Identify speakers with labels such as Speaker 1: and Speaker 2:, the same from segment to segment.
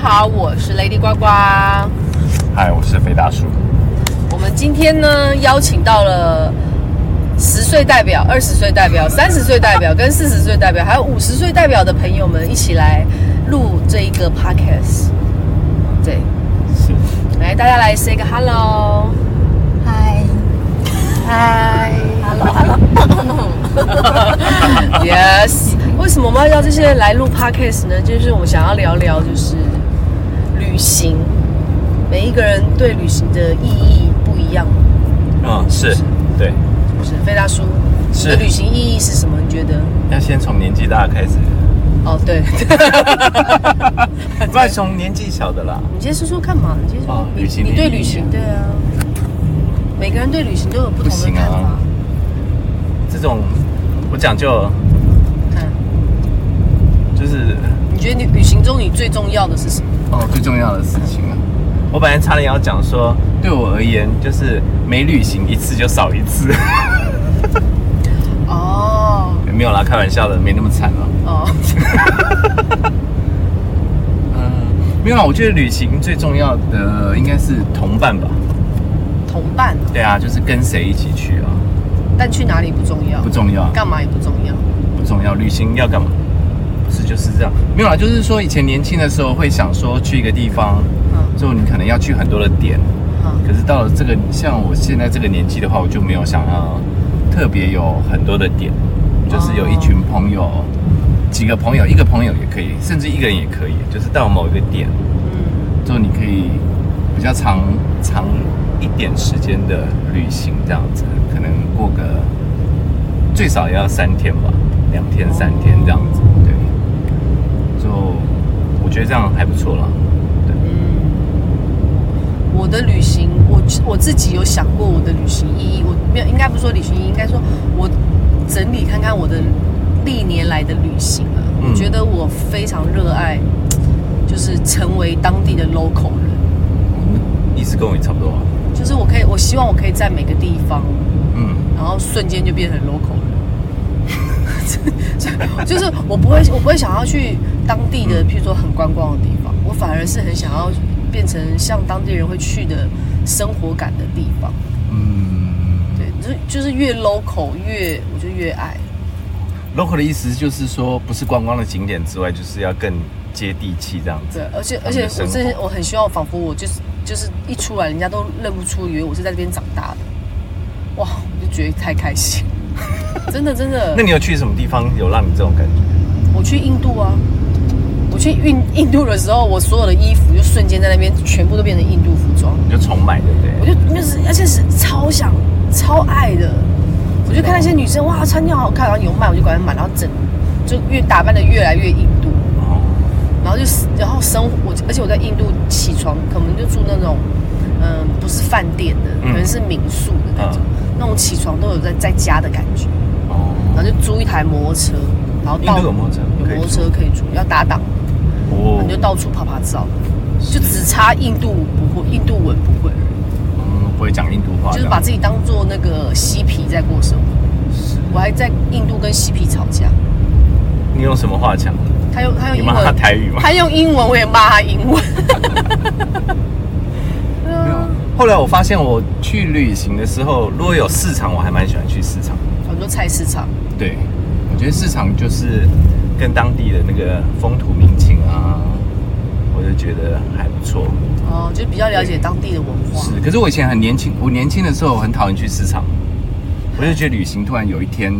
Speaker 1: 好，我是 Lady 呱呱。
Speaker 2: 嗨，我是肥大叔。
Speaker 1: 我们今天呢邀请到了十岁代表、二十岁代表、三十岁代表跟四十岁代表，还有五十岁代表的朋友们一起来录这一个 podcast。对，
Speaker 2: 是，
Speaker 1: 来大家来 say 个 hello。
Speaker 3: 嗨，
Speaker 1: 嗨，Yes。为什么我们要叫这些人来录 Podcast 呢？就是我想要聊聊，就是旅行，每一个人对旅行的意义不一样，
Speaker 2: 嗯，是，对，
Speaker 1: 是不是？费大叔，
Speaker 2: 是
Speaker 1: 你的旅行意义是什么？你觉得？
Speaker 2: 要先从年纪大的 开始，
Speaker 1: 哦，对，
Speaker 2: 不然从年纪小的啦。
Speaker 1: 你先说说看嘛，你先说说
Speaker 2: 哦
Speaker 1: 你、
Speaker 2: 旅行的
Speaker 1: 你对
Speaker 2: 意义
Speaker 1: 旅行，对啊，每个人对旅行都有不同
Speaker 2: 不
Speaker 1: 的
Speaker 2: 行啊
Speaker 1: 看法。
Speaker 2: 这种我讲究
Speaker 1: 看，
Speaker 2: 就是，
Speaker 1: 你觉得你旅行中你最重要的是什么？
Speaker 2: 哦，最重要的事情啊。我本来差点要讲说，对我而言，就是每旅行一次就少一次。
Speaker 1: 哦
Speaker 2: 没有啦，开玩笑的，没那么惨了。
Speaker 1: 哦，
Speaker 2: 嗯，没有啦，我觉得旅行最重要的应该是同伴吧。
Speaker 1: 同伴啊，
Speaker 2: 对啊，就是跟谁一起去啊，
Speaker 1: 但去哪里不重要，
Speaker 2: 不重要。
Speaker 1: 干嘛也不重要。
Speaker 2: 不重要，旅行要干嘛？是就是这样，没有啦，就是说以前年轻的时候会想说去一个地方，
Speaker 1: 嗯
Speaker 2: 之后你可能要去很多的点，
Speaker 1: 嗯
Speaker 2: 可是到了这个像我现在这个年纪的话，我就没有想要特别有很多的点，就是有一群朋友，几个朋友，一个朋友也可以，甚至一个人也可以，就是到某一个点
Speaker 1: 嗯，
Speaker 2: 之后，你可以比较长长一点时间的旅行这样子，可能过个最少也要三天吧，两天三天这样子，对，就我觉得这样还不错了，
Speaker 1: 嗯，我的旅行，我我自己有想过我的旅行意义，我没有，应该不是说旅行意义，应该说我整理看看我的历年来的旅行啊，
Speaker 2: 嗯
Speaker 1: 我觉得我非常热爱，就是成为当地的 local 人，
Speaker 2: 意思跟我也差不多啊，
Speaker 1: 就是我可以，我希望我可以在每个地方，
Speaker 2: 嗯，
Speaker 1: 然后瞬间就变成 local 人。就是我不会，我不会想要去当地
Speaker 2: 嗯
Speaker 1: 的，譬如说很观光的地方，我反而是很想要变成像当地人会去的生活感的地方。
Speaker 2: 嗯
Speaker 1: 对，就是就是越 local 越，我就越爱。
Speaker 2: ，local 的意思就是说，不是观光的景点之外，就是要更接地气这样子，
Speaker 1: 对，而且
Speaker 2: 他
Speaker 1: 而
Speaker 2: 们的
Speaker 1: 且我
Speaker 2: 生
Speaker 1: 真的
Speaker 2: 活
Speaker 1: 我很希望，仿佛我就是就是一出来，人家都认不出，以为我是在这边长大的。哇，我就觉得太开心， 真的真的
Speaker 2: 那。你有去什么地方有让你这种感觉？
Speaker 1: 我去印度啊，我去印印度的时候，我所有的衣服就瞬间在那边全部都变成印度服装，
Speaker 2: 你就重买，对不
Speaker 1: 我
Speaker 2: 对？
Speaker 1: 就就是而且是超想超爱的，我就看那些女生哇穿起来好好看，然后有卖我就赶快买，然后整就越打扮的越来越印度，
Speaker 2: 哦，
Speaker 1: 然后就是然后生活，我而且我在印度起床可能就住那种嗯、不是饭店的，
Speaker 2: 嗯
Speaker 1: 可能是民宿的那种，那种起床都有在在家的感觉，然
Speaker 2: 哦，
Speaker 1: 后就租一台摩托车，然后
Speaker 2: 印
Speaker 1: 到
Speaker 2: 度有摩托车，
Speaker 1: 有摩托车可以租，要打档。
Speaker 2: 哦
Speaker 1: 你就到处拍拍照，
Speaker 2: 是
Speaker 1: 就只差印度不会，印度文不会而已，
Speaker 2: 嗯，不会讲印度话这样，
Speaker 1: 就是把自己当做那个嬉皮在过生活。
Speaker 2: 是
Speaker 1: 我还在印度跟嬉皮吵架，
Speaker 2: 你用什么话讲？
Speaker 1: 他用他用
Speaker 2: 你
Speaker 1: 英
Speaker 2: 骂他
Speaker 1: 文，
Speaker 2: 台语吗？
Speaker 1: 他用英文，我也骂他英文。对
Speaker 2: 没有
Speaker 1: 啊，。
Speaker 2: 后来我发现，我去旅行的时候，如果有市场，我还蛮喜欢去市场。
Speaker 1: 很多菜市场，
Speaker 2: 对，我觉得市场就是跟当地的那个风土民情啊，我就觉得还不错。
Speaker 1: 哦，就比较了解当地的文化。
Speaker 2: 是，可是我以前很年轻，我年轻的时候我很讨厌去市场，我就觉得旅行突然有一天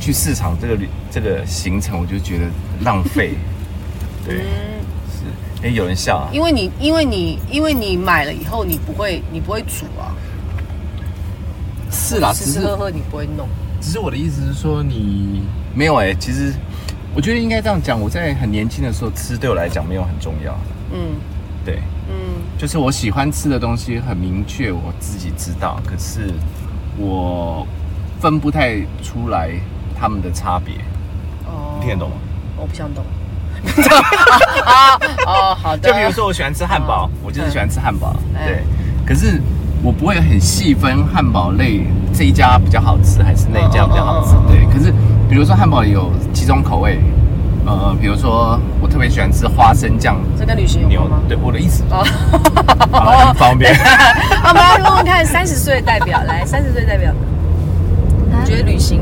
Speaker 2: 去市场这个旅这个行程，我就觉得浪 费。对，
Speaker 1: 嗯，
Speaker 2: 是。哎，有人笑啊？
Speaker 1: 因为你因为你因为你买了以后，你不会你不会煮啊，
Speaker 2: 是啦，
Speaker 1: 吃
Speaker 2: 只
Speaker 1: 吃
Speaker 2: 是
Speaker 1: 喝喝你不会弄。
Speaker 2: 只是我的意思是说你，没有哎、其实我觉得应该这样讲。我在很年轻的时候，吃对我来讲没有很重要。
Speaker 1: 嗯
Speaker 2: 对，
Speaker 1: 嗯
Speaker 2: 就是我喜欢吃的东西很明确，我自己知道，可是我分不太出来它们的差别。
Speaker 1: 哦，
Speaker 2: 你听得懂吗？
Speaker 1: 我不想懂。啊哦，好的。
Speaker 2: 就比如说我喜欢吃汉堡，我就是喜欢吃汉堡，
Speaker 1: 嗯
Speaker 2: 对。可是我不会很细分汉堡类这一家比较好吃还是那一家比较好
Speaker 1: 嗯
Speaker 2: 吃
Speaker 1: 嗯嗯嗯，
Speaker 2: 对。可是比如说汉堡有几种口味，呃，比如说我特别喜欢吃花生酱
Speaker 1: 这跟旅行有
Speaker 2: 牛
Speaker 1: 关吗，？
Speaker 2: 对，我的意 思
Speaker 1: 哦，
Speaker 2: 好了很 方便。
Speaker 1: 好，我们来问问看三十岁的代表，来三十岁代表，你觉得旅行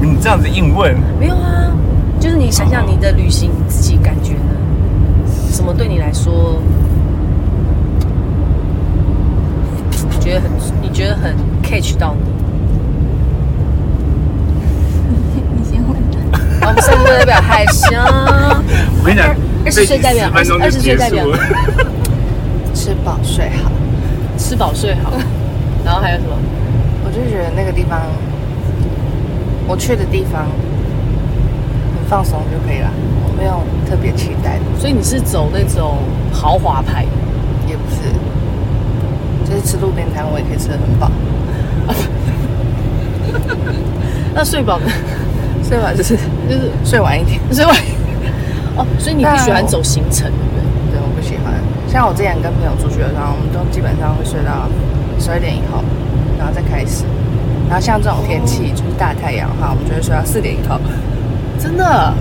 Speaker 2: 你这样子硬问，
Speaker 1: 没有啊？就是你想想你的旅行，你自己感觉呢？什么对你来说，你觉得很你觉得很 catch 到你？
Speaker 3: 你先问他。
Speaker 1: 好我们三十岁代表海香，
Speaker 2: 我跟你讲，
Speaker 1: 二十岁代表
Speaker 2: 这一集10分钟就
Speaker 1: 二十岁代表
Speaker 2: 结束了
Speaker 3: 吃饱睡好，
Speaker 1: 吃饱睡 好，然后还有什么？
Speaker 3: 我就觉得那个地方，我去的地方很放松就可以了，我没有特别期待，
Speaker 1: 所以你是走那种豪华派的。
Speaker 3: 也不是，就是吃路边摊我也可以吃的很饱，
Speaker 1: 那睡饱呢？
Speaker 3: 睡饱就是
Speaker 1: 就是
Speaker 3: 睡晚一 点。
Speaker 1: 所以我哦，所以你不喜欢走行程，对不对？
Speaker 3: 对，我不喜欢。像我之前跟朋友出去的时候，我们都基本上会睡到十二点以后，然后再开始。然后像这种天气，就是大太阳的话，我们就会睡到四点以后。
Speaker 1: 哦真的，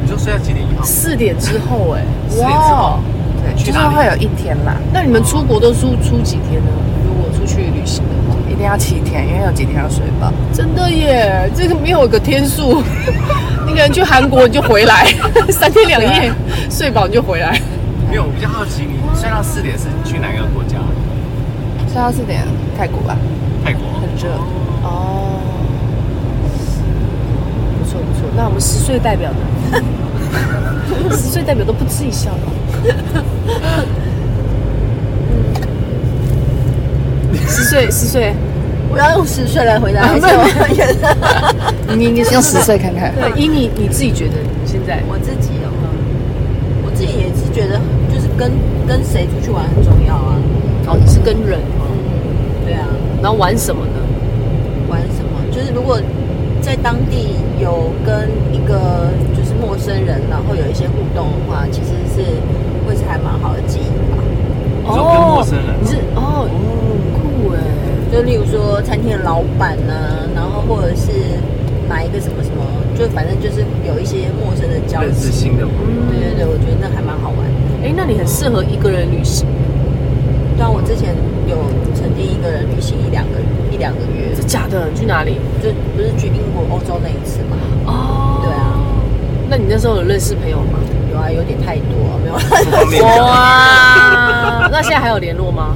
Speaker 2: 你说睡到几点以后？
Speaker 1: 四点之后哎、
Speaker 2: 四点之后，
Speaker 3: 对，
Speaker 2: 去
Speaker 3: 就是
Speaker 2: 哪里
Speaker 3: 会有一天啦，
Speaker 1: 那你们出国都出出几天呢？如果出去旅行的话，
Speaker 3: 一定要七天，因为有几天要睡饱。
Speaker 1: 真的耶，这个没有个天数， 你可能去韩国你就回 来，三天两夜睡饱你就回来。
Speaker 2: 没有，我比较好奇，你睡到四点是去哪个国家？
Speaker 3: 睡到四点，泰国吧，
Speaker 2: 泰国。
Speaker 3: 很热。
Speaker 1: 哦，不错不错。那我们十岁代表呢？ 十岁代表都不自己笑了。 十岁，十岁，
Speaker 4: 我要用十岁来回答，
Speaker 1: 啊
Speaker 4: 还是我觉得
Speaker 1: 你你
Speaker 3: 用十岁看看。
Speaker 1: 对，以你你自己觉得现在，
Speaker 4: 我自己有吗？我自己也是觉得，就是跟跟谁出去玩很重要啊。
Speaker 1: 哦，你是跟人，
Speaker 4: 对啊，
Speaker 1: 然后玩什么呢？
Speaker 4: 玩什么？就是如果在当地有跟一个就是陌生人，然后有一些互动的话，其实是会是还蛮好的记忆吧。
Speaker 2: 你说跟陌生人
Speaker 1: 你是哦，酷哎，
Speaker 4: 就例如说餐厅的老板呢、然后或者是买一个什么什么，就反正就是有一些陌生的交
Speaker 2: 认识
Speaker 4: 集。
Speaker 2: 新的朋友。
Speaker 4: 对对对，
Speaker 1: 嗯
Speaker 4: 我觉得那还蛮好玩的。
Speaker 1: 哎，那你很适合一个人旅行，
Speaker 4: 对啊，我之前有曾经一个人旅行一两个一两个月，
Speaker 1: 是假的？你去哪里？
Speaker 4: 就不是去英国、欧洲那一次嘛？
Speaker 1: 哦，
Speaker 4: 对啊，
Speaker 1: 那你那时候有认识朋友吗？
Speaker 4: 有啊，有点太多、没有。
Speaker 2: 不方便讲
Speaker 1: 哇，那现在还有联络吗？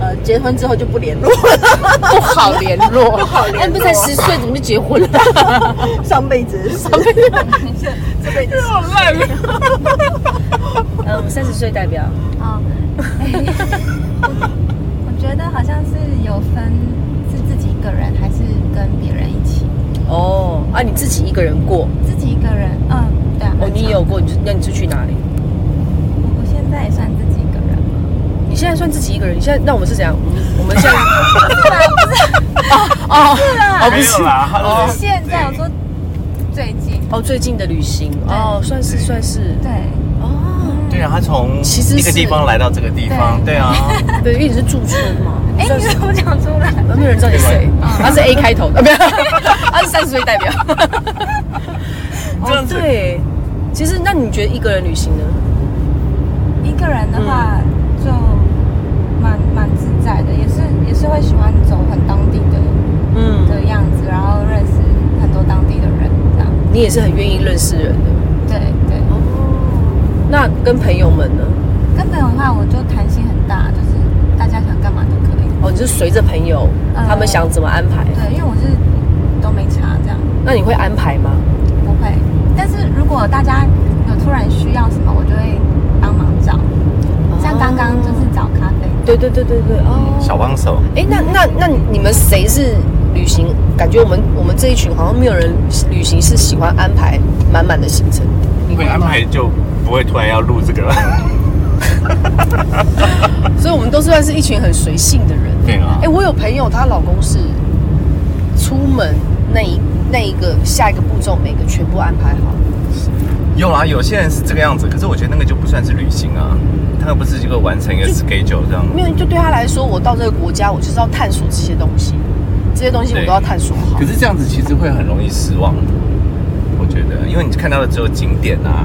Speaker 4: 呃，结婚之后就不联络 了，
Speaker 1: 不好联络，不好联络。不才十岁，怎么就结婚了？
Speaker 4: 上辈子的事，这辈子
Speaker 1: 好烂嗯，我们三十岁代表，
Speaker 5: 哦， 我觉得好像是有分是自己一个人还是跟别人一起，
Speaker 1: 哦，啊，你自己一个人过，
Speaker 5: 自己一个人，嗯，对啊。
Speaker 1: 哦，你
Speaker 5: 很
Speaker 1: 有过，你就那你是去哪里？
Speaker 5: 常？我我现在也算自己一个人吗？
Speaker 1: 你现在算自己一个人？你现在那我们是怎样？我们 现在 哦哦，
Speaker 2: 啊没有啦，他
Speaker 5: 不
Speaker 2: 都
Speaker 5: 是现在，我说最近，
Speaker 1: 哦，最近的旅行哦，算是算是
Speaker 5: 对，
Speaker 1: 哦，
Speaker 2: 对啊，他从
Speaker 1: 其实是
Speaker 2: 一个地方来到这个地方，对啊，
Speaker 1: 对，因为你是驻村嘛，
Speaker 5: 哎，
Speaker 1: 算
Speaker 5: 你
Speaker 1: 是
Speaker 5: 怎么讲出来？
Speaker 1: 没有人知道你是谁，他是 A 开头的，没
Speaker 5: 啊
Speaker 1: 有， 他是三十岁代 表。
Speaker 2: 这
Speaker 1: 哦
Speaker 2: 样，子
Speaker 1: 对，其实那你觉得一个人旅行呢？嗯
Speaker 5: 一个人的话就蛮蛮自在的，也是也是会喜欢走很当地的
Speaker 1: 嗯，
Speaker 5: 的样子，然后认识很多当地的人，这样。
Speaker 1: 你也是很愿意认识人的。
Speaker 5: 对对。
Speaker 1: 那跟朋友们呢？
Speaker 5: 跟朋友的话，我就弹性很大，就是大家想干嘛都可以。
Speaker 1: 哦，你是随着朋友
Speaker 5: 嗯
Speaker 1: 他们想怎么安排，
Speaker 5: 对，因为我是都没查这样，
Speaker 1: 那你会安排吗？
Speaker 5: 不会。但是如果大家有突然需要什么，我就会帮忙找。像刚刚就是找咖啡，
Speaker 1: 对对对对对哦。
Speaker 2: 小帮手。
Speaker 1: 哎，那那那你们谁是旅行？感觉我们我们这一群好像没有人旅行是喜欢安排满满的行程。你
Speaker 2: 会安
Speaker 1: 吗？
Speaker 2: 排就不会突然要录这个了。
Speaker 1: 所以我们都算是一群很随性的人。
Speaker 2: 对啊
Speaker 1: 哎、我有朋友，她老公是出门那一那一个下一个步骤，每个全部安排好。
Speaker 2: 有啦，有些人是这个样子，可是我觉得那个就不算是旅行啊，他又不是一个完成一个 schedule 这样。
Speaker 1: 没有，就对他来说，我到这个国家，我就是要探索这些东西，这些东西我都要探索好
Speaker 2: 可。是这样子其实会很容易失望，觉得，因为你看到的只有景点啊，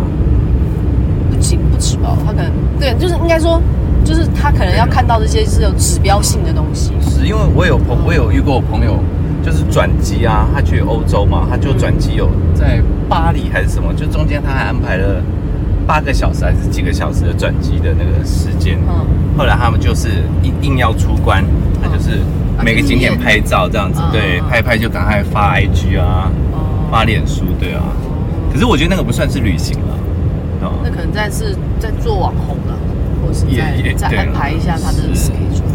Speaker 1: 不仅不吃饱，他可能对，就是应该说，就是他可能要看到这些是有指标性的东西。
Speaker 2: 是因为我有朋，我有遇过我朋友，就是转机啊，他去欧洲嘛，他就转机有在巴黎还是什么，就中间他还安排了八个小时还是几个小时的转机的那个时间。
Speaker 1: 嗯，
Speaker 2: 后来他们就是硬硬要出关，他就是每个景点拍照这样子
Speaker 1: 嗯，
Speaker 2: 对，拍一拍就赶快发 IG 啊，
Speaker 1: 哦，
Speaker 2: 发脸书，对啊。可是我觉得那个不算是旅行了，哦，
Speaker 1: 那可能在是在做网红了，或是
Speaker 2: 也
Speaker 1: 在
Speaker 2: 也
Speaker 1: 在
Speaker 2: 对啊
Speaker 1: 安排一下他的
Speaker 2: 是
Speaker 1: schedule。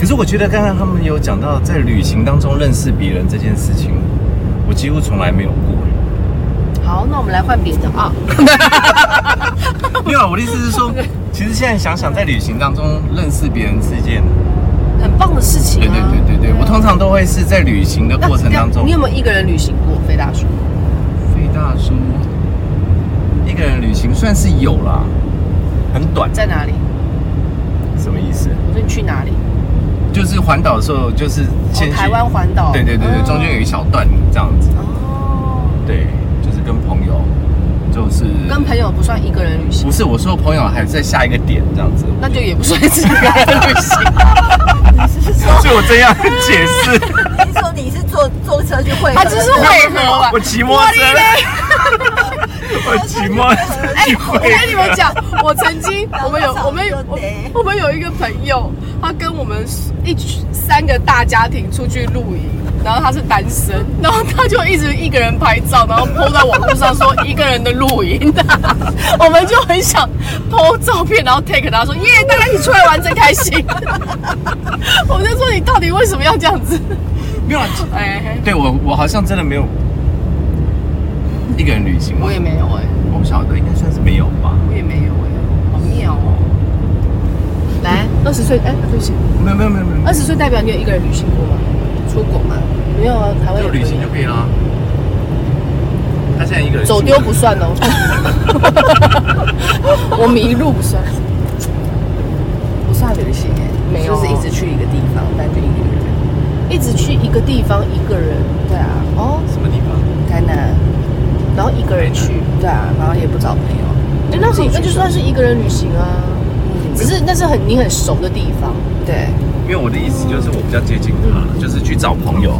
Speaker 2: 可是我觉得刚刚他们有讲到在旅行当中认识别人这件事情，我几乎从来没有过。
Speaker 1: 好，那我们来换别的啊。
Speaker 2: 没有啊，我的意思是 说，其实现在想想，在旅行当中认识别人是一件，
Speaker 1: 很棒的事情
Speaker 2: 对
Speaker 1: 啊！
Speaker 2: 对对对对，我通常都会是在旅行的
Speaker 1: 那
Speaker 2: 过程当中
Speaker 1: 你，有没有一个人旅行过，飞大叔？
Speaker 2: 飞大叔一个人旅行算是有啦，很短，
Speaker 1: 在哪里？
Speaker 2: 什么意思？
Speaker 1: 我说你去哪里？
Speaker 2: 就是环岛的时候，就是先
Speaker 1: 哦
Speaker 2: 去、，
Speaker 1: 台湾环岛。嗯
Speaker 2: 对对对对，中间有一小段这样子，
Speaker 1: 哦，
Speaker 2: 对，就是跟朋友，就是
Speaker 1: 跟朋友不算一个人旅行
Speaker 2: 不，是，我说朋友还在下一个点这样子，
Speaker 1: 那就也不算是一个人旅行。
Speaker 2: 所以我这样解释，
Speaker 4: 你说你是坐坐车去会合的，
Speaker 1: 他
Speaker 3: 啊
Speaker 1: 就是为何吧？
Speaker 2: 我骑摩托车，啊我骑摩托车去
Speaker 1: 哎我
Speaker 2: 会
Speaker 1: 跟你们讲，我曾经我们有我们有
Speaker 4: 早就得
Speaker 1: 我们有一个朋友，他跟我们一群三个大家庭出去露营，然后他是单身，然后他就一直一个人拍照，然后 PO 到网络上说一个人的露营， 我们就很想 PO 照片，然后 take 他说耶，大家一起出来玩真开心。 我们就说你到底为什么要这样子？
Speaker 2: 没有啊，
Speaker 1: 哎，
Speaker 2: 对我我好像真的没有一个人旅行吗，
Speaker 1: 我也没有哎、
Speaker 2: 我不晓得，应该算是没有吧，
Speaker 1: 我也没有哎、好妙哦。来，二十岁哎，对不起。
Speaker 2: 没有没有没有没有，
Speaker 1: 二十岁代表你有一个人旅行过吗？出国吗？没有啊，台湾
Speaker 2: 就
Speaker 1: 有
Speaker 2: 旅行就可以了啊。他现在一个人
Speaker 1: 走丢不算 哦。我迷路不算，
Speaker 3: 不算旅行哎，
Speaker 1: 没有
Speaker 3: 就是一直去一个地方，但就一个人。
Speaker 1: 一直去一个地方一个人
Speaker 3: 对啊，
Speaker 1: 哦，
Speaker 2: 什么地方？
Speaker 3: 台南。
Speaker 1: 然后一个人去，
Speaker 3: 对啊，然后也不找朋友。
Speaker 1: 哎，那你那就算是一个人旅行啊，
Speaker 3: 嗯
Speaker 1: 只是那是很你很熟的地方，
Speaker 3: 对，
Speaker 2: 因为我的意思就是我比较接近他，就是去找朋友。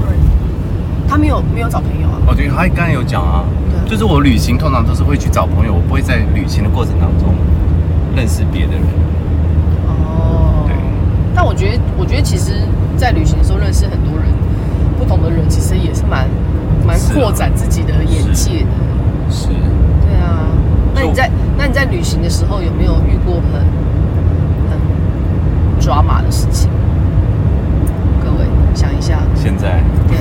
Speaker 1: 他没有没有找朋友啊。
Speaker 2: 哦，对，他刚才有讲啊，就是我旅行通常都是会去找朋友，我不会在旅行的过程当中认识别的人。
Speaker 1: 哦
Speaker 2: 对，，
Speaker 1: 但我觉得我觉得其实，在旅行的时候认识很多人，不同的人其实也是蛮蛮
Speaker 2: 是啊
Speaker 1: 扩展自己的眼
Speaker 2: 是
Speaker 1: 界的。
Speaker 2: 是，
Speaker 1: 对啊，那你在那你在旅行的时候有没有遇过很很抓马的事情？各位想一下，
Speaker 2: 现在
Speaker 1: 对，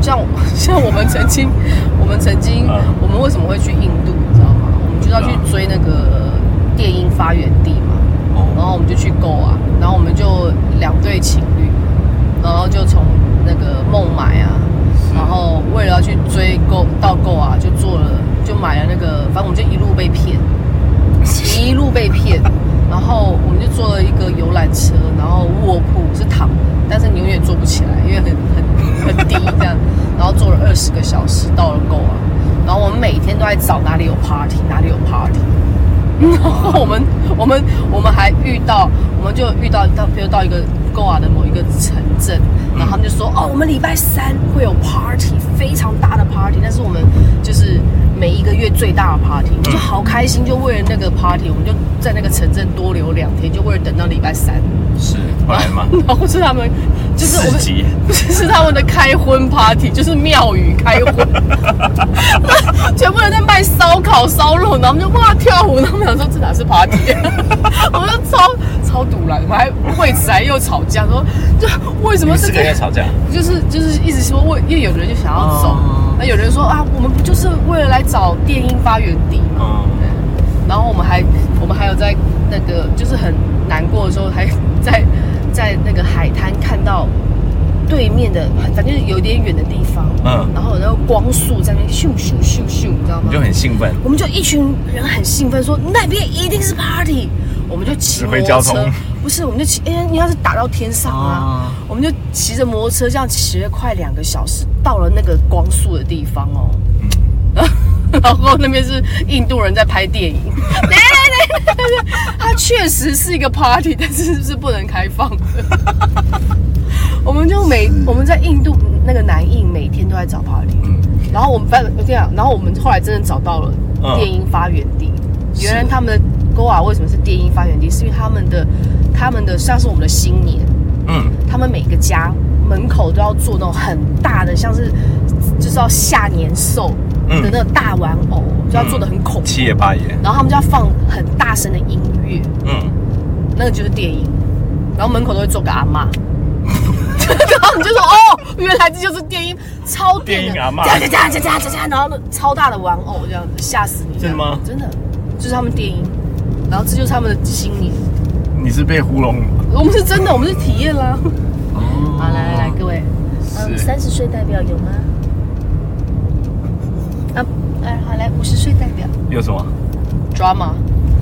Speaker 1: 像我 像我们曾 经，我们曾经，
Speaker 2: 嗯
Speaker 1: 我们为什么会去印度，你知道吗？我们就是要去
Speaker 2: 嗯
Speaker 1: 追那个电音发源地嘛。然
Speaker 2: 哦，
Speaker 1: 后我们就去购啊，然后我们就两对情侣，然后就从那个孟买啊，然后为了要去追购到购啊，就做了就买了那个，反正我们就一路被骗，一路被骗，然后我们就坐了一个游览车，然后卧铺是躺的，但是你永远坐不起来，因为很很很低这样，然后坐了二十个小时到了购啊，然后我们每天都在找哪里有 party，哪里有 party。然 后我们我们我们还遇到，我们就遇到到，比如到一个 Goa 的某一个城镇，然后他们就说，哦，我们礼拜三会有 party，非常大的 party，那是我们就是每一个月最大的 party，我们就好开心，就为了那个 party，我们就在那个城镇多留两天，就为了等到礼拜三。
Speaker 2: 是后来吗？
Speaker 1: 然后是他们，就是我
Speaker 2: 四
Speaker 1: 们
Speaker 2: 级，
Speaker 1: 是他们的开荤 party，就是庙宇开荤， 全部人在卖烧烤、烧肉，然后我们就哇跳舞，然后我们想说这哪是 party，我 们就超超堵然，我们还为此还又吵架，说就为什么
Speaker 2: 你们
Speaker 1: 这
Speaker 2: 四个
Speaker 1: 个
Speaker 2: 人在吵架？
Speaker 1: 就是就是一直说为，因为有的人就想要走
Speaker 2: 哦，
Speaker 1: 那、有的人说啊，我们不就是为了来找电音发源地吗？
Speaker 2: 嗯，
Speaker 1: 然后我们还我们还有在那个就是很难过的时候，还在在那个海滩看到对面的，反正有点远的地方，
Speaker 2: 嗯
Speaker 1: 然后有那个光束在那边咻咻咻咻，你知道
Speaker 2: 你
Speaker 1: 吗
Speaker 2: 就？很兴奋，
Speaker 1: 我们就一群人很兴奋，说那边一定是 party，我们就骑
Speaker 2: 指
Speaker 1: 摩
Speaker 2: 挥
Speaker 1: 托
Speaker 2: 交
Speaker 1: 车
Speaker 2: 通，
Speaker 1: 不是，我们就骑，哎、你要是打到天上啊，我们就骑着摩托车这样骑了快两个小时，到了那个光速的地方哦，
Speaker 2: 嗯，
Speaker 1: 然后那边是印度人在拍电 影，它确实是一个 party，但是是不能开放的。 我们就每我们在印度那个南印每天都在找 party，
Speaker 2: 嗯，
Speaker 1: 然后我们反正我跟你讲，然后我们后来真的找到了
Speaker 2: 嗯
Speaker 1: 电音发源地。
Speaker 2: 是
Speaker 1: 原来他们的 Goa 为什么是电音发源地？是因为他们的他们的像是我们的新年，
Speaker 2: 嗯，
Speaker 1: 他们每个家门口都要做那种很大的，像是就是要下年兽
Speaker 2: 嗯
Speaker 1: 的那种大玩偶，就要做的很恐怖。
Speaker 2: 七爷八爷，
Speaker 1: 然后他们就要放很大声的音乐，
Speaker 2: 嗯，
Speaker 1: 那个就是电音。然后门口都会做个阿嬷。 然后你就说哦，原来这就是电音，超电的
Speaker 2: 电音阿嬷
Speaker 1: 加加加加加加加，然后那超大的玩偶这样子，吓死你！
Speaker 2: 真的吗
Speaker 1: 真的，就是他们电音，然后这就是他们的新年。
Speaker 2: 你是被糊弄了。
Speaker 1: 我们是真的，我们是体验啊啦。
Speaker 2: 哦
Speaker 1: 好，来来来，，各位，
Speaker 2: 是
Speaker 1: 十岁代表有吗？啊，哎，好，来五十岁代表
Speaker 2: 有什么
Speaker 1: ，drama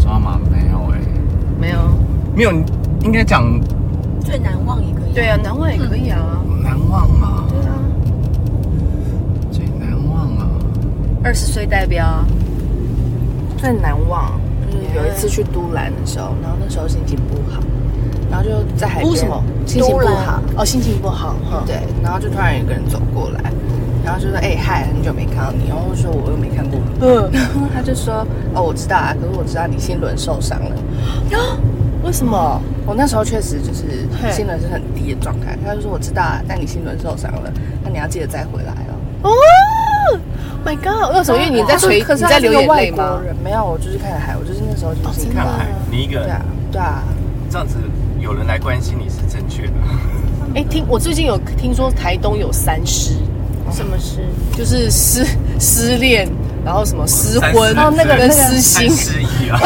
Speaker 2: 抓马没有？哎，
Speaker 1: 没有？
Speaker 2: 没有，应该讲
Speaker 4: 最难忘也可以。
Speaker 1: 对啊，难忘也可以啊。
Speaker 2: 难忘啊，
Speaker 1: 对啊，
Speaker 2: 最难忘啊，
Speaker 1: 二十岁代表啊，
Speaker 3: 最难忘就是有一次去都兰的时候，然后那时候心情不好，然后就在海边，
Speaker 1: 都什么
Speaker 3: 心情不
Speaker 4: 都
Speaker 3: 好
Speaker 4: 兰，
Speaker 3: 哦，心情不好，对，然后就突然有个人走过来，然后就说：“哎、嗨，很久没看到你。”然后我说：“我又没看过你。”嗯，然后他就说：“哦，我知道啊，可是我知道你心轮受伤了。”
Speaker 1: 为什么？
Speaker 3: 我那时候确实就是
Speaker 1: 嘿
Speaker 3: 心轮是很低的状态，他就说我知道啊，但你心轮受伤了，那你要记得再回来哦。
Speaker 1: 哦，My God，为什么？因为你在垂，
Speaker 3: 啊可
Speaker 1: 你
Speaker 3: 是哦他
Speaker 1: 在
Speaker 3: 是
Speaker 1: 流
Speaker 3: 个
Speaker 1: 眼
Speaker 3: 外
Speaker 1: 泪
Speaker 3: 国
Speaker 1: 吗？
Speaker 3: 人？没有，我就是看海，我就是那时候就是心情
Speaker 2: 看
Speaker 3: 不好
Speaker 2: 海，你一个
Speaker 3: 对
Speaker 2: 人
Speaker 3: 啊，对啊，
Speaker 2: 这样子，有人来关心你是正确的。
Speaker 1: 哎，听我最近有听说台东有三失，
Speaker 2: 哦
Speaker 4: 什么事？
Speaker 1: 就是失失恋，然后什么失
Speaker 2: 三
Speaker 1: 婚，
Speaker 2: 失哦那个
Speaker 1: 跟
Speaker 2: 那个
Speaker 1: 失心
Speaker 2: 三。失忆啊，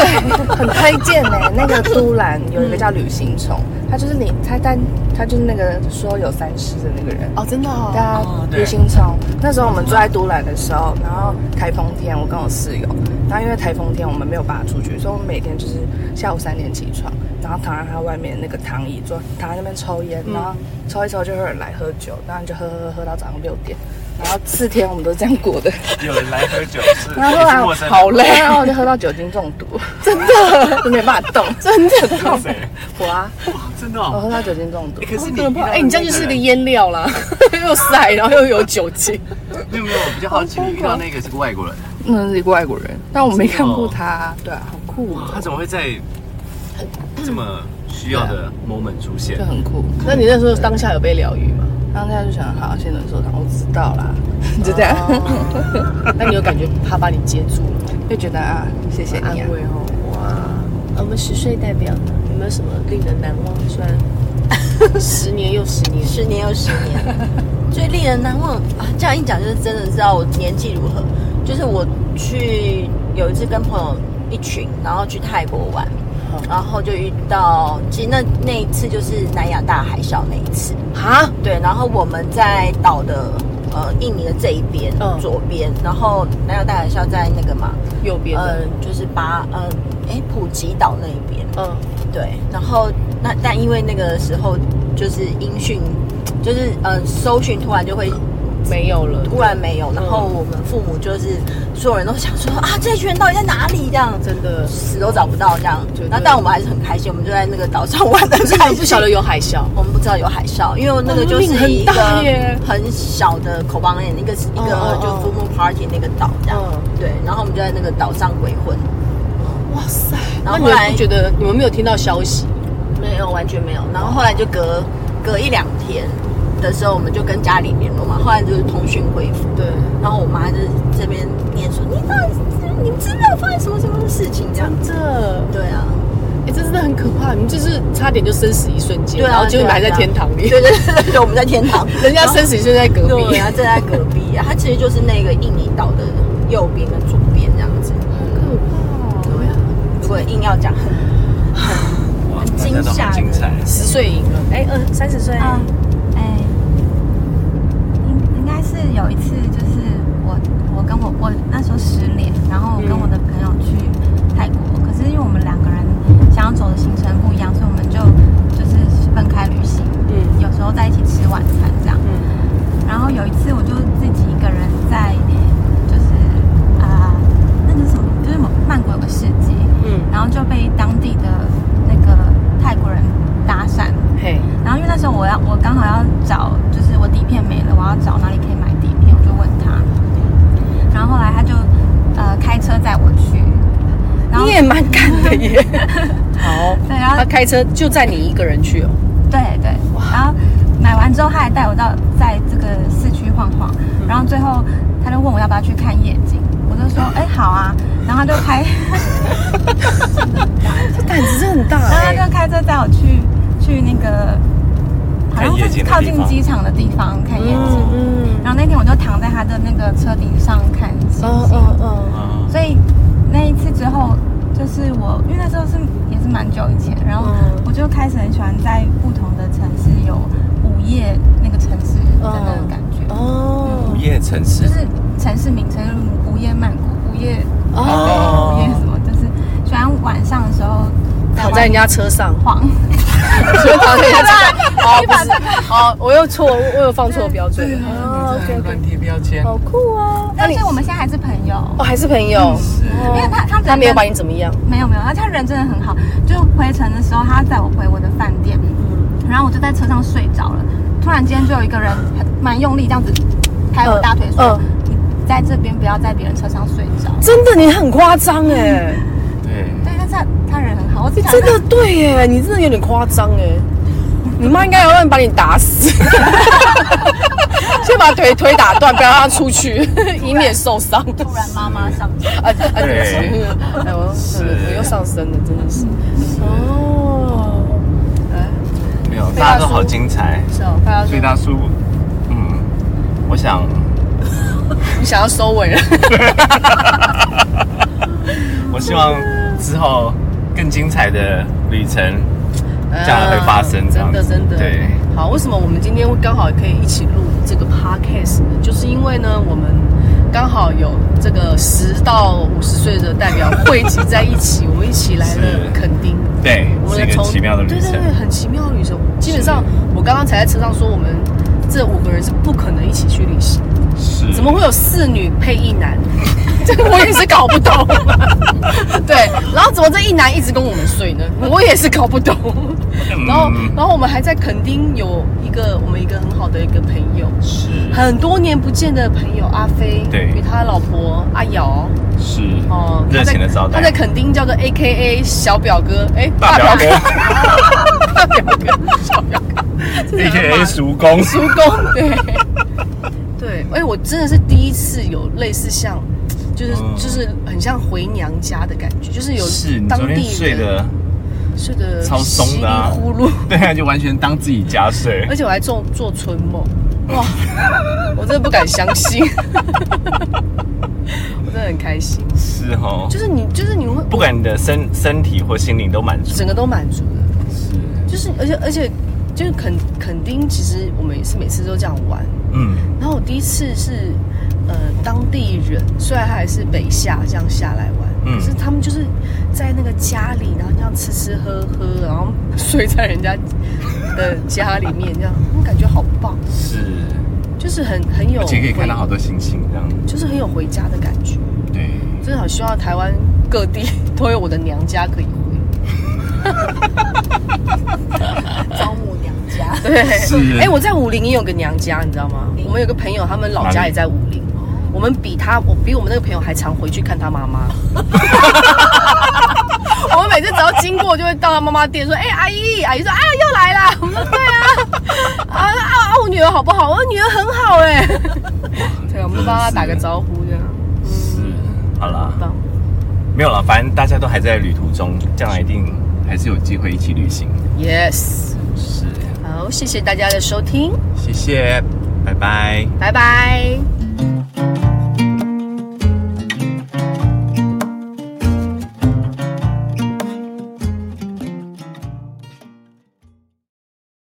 Speaker 3: 很推荐呢、那个都兰有一个叫旅行虫，他就是你，他但他就是那个说有三失的那个人。
Speaker 1: 哦，真的哦
Speaker 3: 对啊
Speaker 2: 哦，对
Speaker 3: 旅行虫。那时候我们住在都兰的时候，然后台风天，我跟我室友，然后因为台风天我们没有办法出去，所以我们每天就是下午三点起床，然后躺在他外面那个躺椅坐，躺在那边抽烟，然后抽一抽就会有人来喝酒，然后你就喝喝喝喝到早上六点，然后四天我们都这样过的。
Speaker 2: 有人来喝酒是
Speaker 3: 然后
Speaker 2: 也
Speaker 3: 后
Speaker 2: 是陌生人
Speaker 3: 来好累，然后我就喝到酒精中毒， 真的，就没办法动，真的。
Speaker 2: 是谁？
Speaker 3: 我啊，
Speaker 2: 哇，真的
Speaker 3: 我
Speaker 2: 哦。
Speaker 3: 喝到酒精中毒
Speaker 2: 欸。可是你
Speaker 1: 哎、你这样就是个腌料啦， 又晒，然后又有酒精。
Speaker 2: 没有没有，我比较好奇，你遇到那个是个外国人，
Speaker 3: 那是一个外国人，但我没看过
Speaker 2: 真的哦
Speaker 3: 他啊，对啊，好酷哦，
Speaker 2: 他怎么会在这么需要
Speaker 1: 啊
Speaker 2: 的 moment 出现
Speaker 3: 就？很酷。
Speaker 1: 那你那时候当下有被疗愈吗？
Speaker 3: 当下就想，好，先轮受伤，我知道啦， 就这样，
Speaker 1: 那你有感觉他把你接住了吗？
Speaker 3: 就觉得啊，谢谢你啊。
Speaker 1: 哦，哇！我们十岁代表呢，有没有什么令人难忘？虽然 十年又十年，
Speaker 4: 十年又十年， 最令人难忘啊！这样一讲，就是真的知道我年纪如何。就是我去有一次跟朋友一群，然后去泰国玩，
Speaker 1: 嗯
Speaker 4: 然后就遇到，其实那那一次就是南亚大海啸那一次。
Speaker 1: 哈，
Speaker 4: 对，然后我们在岛的呃印尼的这一边，
Speaker 1: 嗯
Speaker 4: 左边，然后南亚大海啸在那个嘛，
Speaker 1: 右边
Speaker 4: 呃
Speaker 1: 的，，
Speaker 4: 就是巴呃，哎普吉岛那一边。
Speaker 1: 嗯，
Speaker 4: 对，然后那但因为那个时候就是音讯，就是呃搜寻突然就会
Speaker 1: 没有了，
Speaker 4: 突然没有，然后我们父母就是所有人都想说啊，这群人到底在哪里这样子。
Speaker 1: 真的，
Speaker 4: 死都找不到这样
Speaker 1: 绝对，
Speaker 4: 那但我们还是很开心，我们就在那个岛上玩的
Speaker 1: 这
Speaker 4: 开
Speaker 1: 你
Speaker 4: 心。
Speaker 1: 不晓得有海啸，
Speaker 4: 我们不知道有海啸，因为那个就
Speaker 1: 哦
Speaker 4: 是一
Speaker 1: 命很
Speaker 4: 个
Speaker 1: 大耶
Speaker 4: 很小的口邦那个一
Speaker 1: 哦
Speaker 4: 个
Speaker 1: 哦
Speaker 4: 就 full moon party 那个岛这样，
Speaker 1: 嗯
Speaker 4: 对，然后我们就在那个岛上鬼混，
Speaker 1: 哇塞！那
Speaker 4: 然后
Speaker 1: 你
Speaker 4: 后来
Speaker 1: 们不觉得你们没有听到消息？
Speaker 4: 没有，完全没有。然后后来就隔隔一两天的时候，我们就跟家里联络嘛。后来就是通讯恢复，
Speaker 1: 对，
Speaker 4: 然后我妈就是这边念说：“你到底是你知道发生什么什么事情？”这样。
Speaker 1: 真的，
Speaker 4: 对啊，
Speaker 1: 哎、这真的很可怕，你们就是差点就生死一瞬间，
Speaker 4: 对啊
Speaker 1: 然后结果你们还在
Speaker 4: 对啊
Speaker 1: 天堂里，
Speaker 4: 对对对啊对，我们在天堂，
Speaker 1: 人家生死一瞬间在隔壁
Speaker 4: 对，啊，正在隔壁啊，它其实就是那个印尼岛的右边跟左边这样子。对啊，嗯如果硬要讲，很
Speaker 2: 哇，
Speaker 4: 很
Speaker 2: 大家都
Speaker 4: 惊吓
Speaker 2: 好
Speaker 4: 的
Speaker 2: 精彩。
Speaker 1: 十岁赢了，哎、二三十岁
Speaker 5: 嗯，哎、应应该是有一次，就是我我跟我我那时候失恋，然后我跟我的朋友去泰国，可是因为我们两个人想要走的行程不一样，所以我们就就是分开旅行，
Speaker 1: 嗯
Speaker 5: 有时候在一起吃晚餐这样。
Speaker 1: 嗯
Speaker 5: 然后有一次我就自己一个人在就是啊市集，
Speaker 4: 嗯
Speaker 5: 然后就被当地的那个泰国人搭讪，
Speaker 3: 嘿，
Speaker 5: 然后因为那时候我要我刚好要找，就是我底片没了，我要找哪里可以买底片，我就问他，然后后来他就呃开车载我去，然后
Speaker 1: 你也蛮敢的 耶。好，
Speaker 5: 对然后
Speaker 1: 他开车就载你一个人去哦。
Speaker 5: 对对，然后买完之后他还带我到在这个市区晃晃，
Speaker 1: 嗯
Speaker 5: 然后最后他就问我要不要去看夜景，我就说哎好啊，然后他就开。
Speaker 1: 这胆子真的很大
Speaker 5: 然后
Speaker 1: 哎、
Speaker 5: 他就开车带我去去那个，好像是靠近机场的地方看夜景。
Speaker 1: 嗯，
Speaker 5: 然后那天我就躺在他的那个车顶上看星
Speaker 1: 哦
Speaker 5: 星，
Speaker 1: 哦哦，
Speaker 2: 啊，
Speaker 5: 所以那一次之后，就是我因为那时候是也是蛮久以前，然后
Speaker 1: 嗯
Speaker 5: 我就开始很喜欢在不同的城市有午夜那个城市的那个感觉，
Speaker 1: 哦
Speaker 2: 午，夜城市
Speaker 5: 就是城市名称，午夜曼谷、午夜台北、
Speaker 2: 哦
Speaker 5: 午夜什么，就是喜欢晚上的时候
Speaker 1: 躺在人家车上，
Speaker 5: 晃。
Speaker 1: 所以躺在人家车上。哦，不是，好，我又错，我有放错标准。哦
Speaker 2: 你
Speaker 1: ，OK
Speaker 2: 这还
Speaker 1: OK，
Speaker 2: 乱贴标签，
Speaker 1: 好酷啊！那
Speaker 5: 但
Speaker 1: 你
Speaker 5: 是我们现在还是朋友，
Speaker 1: 哦还是朋友，哦
Speaker 5: 因为他他
Speaker 1: 他没有
Speaker 5: 人
Speaker 1: 把你怎么样？
Speaker 5: 没有没有，他他人真的很好。就回程的时候，他载我回我的饭店，然后我就在车上睡着了。突然间就有一个人很蛮用力这样子拍我大腿说
Speaker 1: 嗯：“
Speaker 5: 你在这边不要在别人车上睡着。
Speaker 1: 真的，你很夸张哎，
Speaker 2: 对”，
Speaker 5: 对，但是他他人很好，我自己
Speaker 1: 真的对耶，你真的有点夸张哎，你妈应该要让你把你打 死，先把腿腿打断，不要让她出去，以免受伤。
Speaker 5: 突然妈妈上车，
Speaker 1: 啊啊，对
Speaker 2: 对
Speaker 1: 不起，哎，我
Speaker 2: 是
Speaker 1: 我又上身了，真的是。哦，
Speaker 2: 没有，大家都好精彩。
Speaker 1: 是哦，大
Speaker 2: 所
Speaker 1: 家
Speaker 2: 以大叔，嗯，我想
Speaker 1: 你想要收尾了，
Speaker 2: 我希望之后更精彩的旅程，这样会发生
Speaker 1: 啊
Speaker 2: 这
Speaker 1: 真
Speaker 2: 样
Speaker 1: 的
Speaker 2: 子
Speaker 1: 真的。
Speaker 2: 对。
Speaker 1: 好，为什么我们今天会刚好可以一起录这个 podcast 呢？就是因为呢，我们刚好有这个十到五十岁的代表汇集在一起，我们一起来了
Speaker 2: 是
Speaker 1: 垦丁。
Speaker 2: 对，
Speaker 1: 我
Speaker 2: 是一
Speaker 1: 们
Speaker 2: 个
Speaker 1: 从
Speaker 2: 奇妙的旅
Speaker 1: 对
Speaker 2: 程
Speaker 1: 对。对，很奇妙的旅程。基本上，我刚刚才在车上说，我们这五个人是不可能一起去旅行的。
Speaker 2: 是，
Speaker 1: 怎么会有四女配一男？ 这个我也是搞不懂。 对，然后怎么这一男一直跟我们睡呢？我也是搞不懂。
Speaker 2: 嗯
Speaker 1: 然后，然后我们还在垦丁有一个我们一个很好的一个朋友，
Speaker 2: 是
Speaker 1: 很多年不见的朋友阿飞，
Speaker 2: 对
Speaker 1: 与他老婆阿瑶，
Speaker 2: 是
Speaker 1: 哦，
Speaker 2: 热
Speaker 1: 他在
Speaker 2: 情的招
Speaker 1: 他在
Speaker 2: 待，
Speaker 1: 垦丁叫做 A K A 小表哥，哎，大
Speaker 2: 表
Speaker 1: 表哥，
Speaker 2: 哥
Speaker 1: 大表哥，小表 哥。
Speaker 2: ，A K A 叔公，
Speaker 1: 足弓， 对对，哎、我真的是第一次有类似像，就是、
Speaker 2: 嗯
Speaker 1: 就是很像回娘家的感觉，就是有
Speaker 2: 是你
Speaker 1: 当
Speaker 2: 昨天
Speaker 1: 地
Speaker 2: 睡
Speaker 1: 的
Speaker 2: 的，
Speaker 1: 睡的
Speaker 2: 超松的啊
Speaker 1: 稀里呼噜，
Speaker 2: 对啊，就完全当自己家睡
Speaker 1: 而。且我还做做春梦，哇，我真的不敢相信， 我真的很开心，
Speaker 2: 是哦，
Speaker 1: 就是你就是你会
Speaker 2: 不管你的身身体或心灵都满足。
Speaker 1: 整个都满足了。
Speaker 2: 是，
Speaker 1: 就是而且而且就是肯肯丁，其实我们也是每次都这样玩，
Speaker 2: 嗯，
Speaker 1: 然后我第一次是，呃，当地人，虽然他还是北下这样下来玩，
Speaker 2: 嗯
Speaker 1: 可是他们就是在那个家里，然后这样吃吃喝喝，然后睡在人家的家里面，这样，我感觉好棒，
Speaker 2: 是，
Speaker 1: 就是很很有
Speaker 2: 而
Speaker 1: 回，
Speaker 2: 且可以看到好多星星这样。
Speaker 1: 就是很有回家的感觉。
Speaker 2: 对，
Speaker 1: 真的好希望台湾各地 都有我的娘家可以回。
Speaker 4: 招募娘家。
Speaker 1: 对，
Speaker 2: 是
Speaker 1: 哎、我在武陵也有个娘家，你知道吗？我们有个朋友，他们老
Speaker 2: 哪
Speaker 1: 家
Speaker 2: 里
Speaker 1: 也在武陵。我们比他，我比我们那个朋友还常回去看他妈妈。 我们每次只要经过，就会到他妈妈店说：“哎、阿姨，阿姨说啊，又来啦。”我们说：“对啊，啊啊啊，我女儿好不好？我说女儿很好哎、对，我们就帮他打个招呼，这样
Speaker 2: 是，好啦，
Speaker 1: 棒。
Speaker 2: 没有了，反正大家都还在旅途中，将来一定还是有机会一起旅行。
Speaker 1: Yes，
Speaker 2: 是，
Speaker 1: 好，谢谢大家的收听，
Speaker 2: 谢谢，拜拜。
Speaker 1: 拜拜。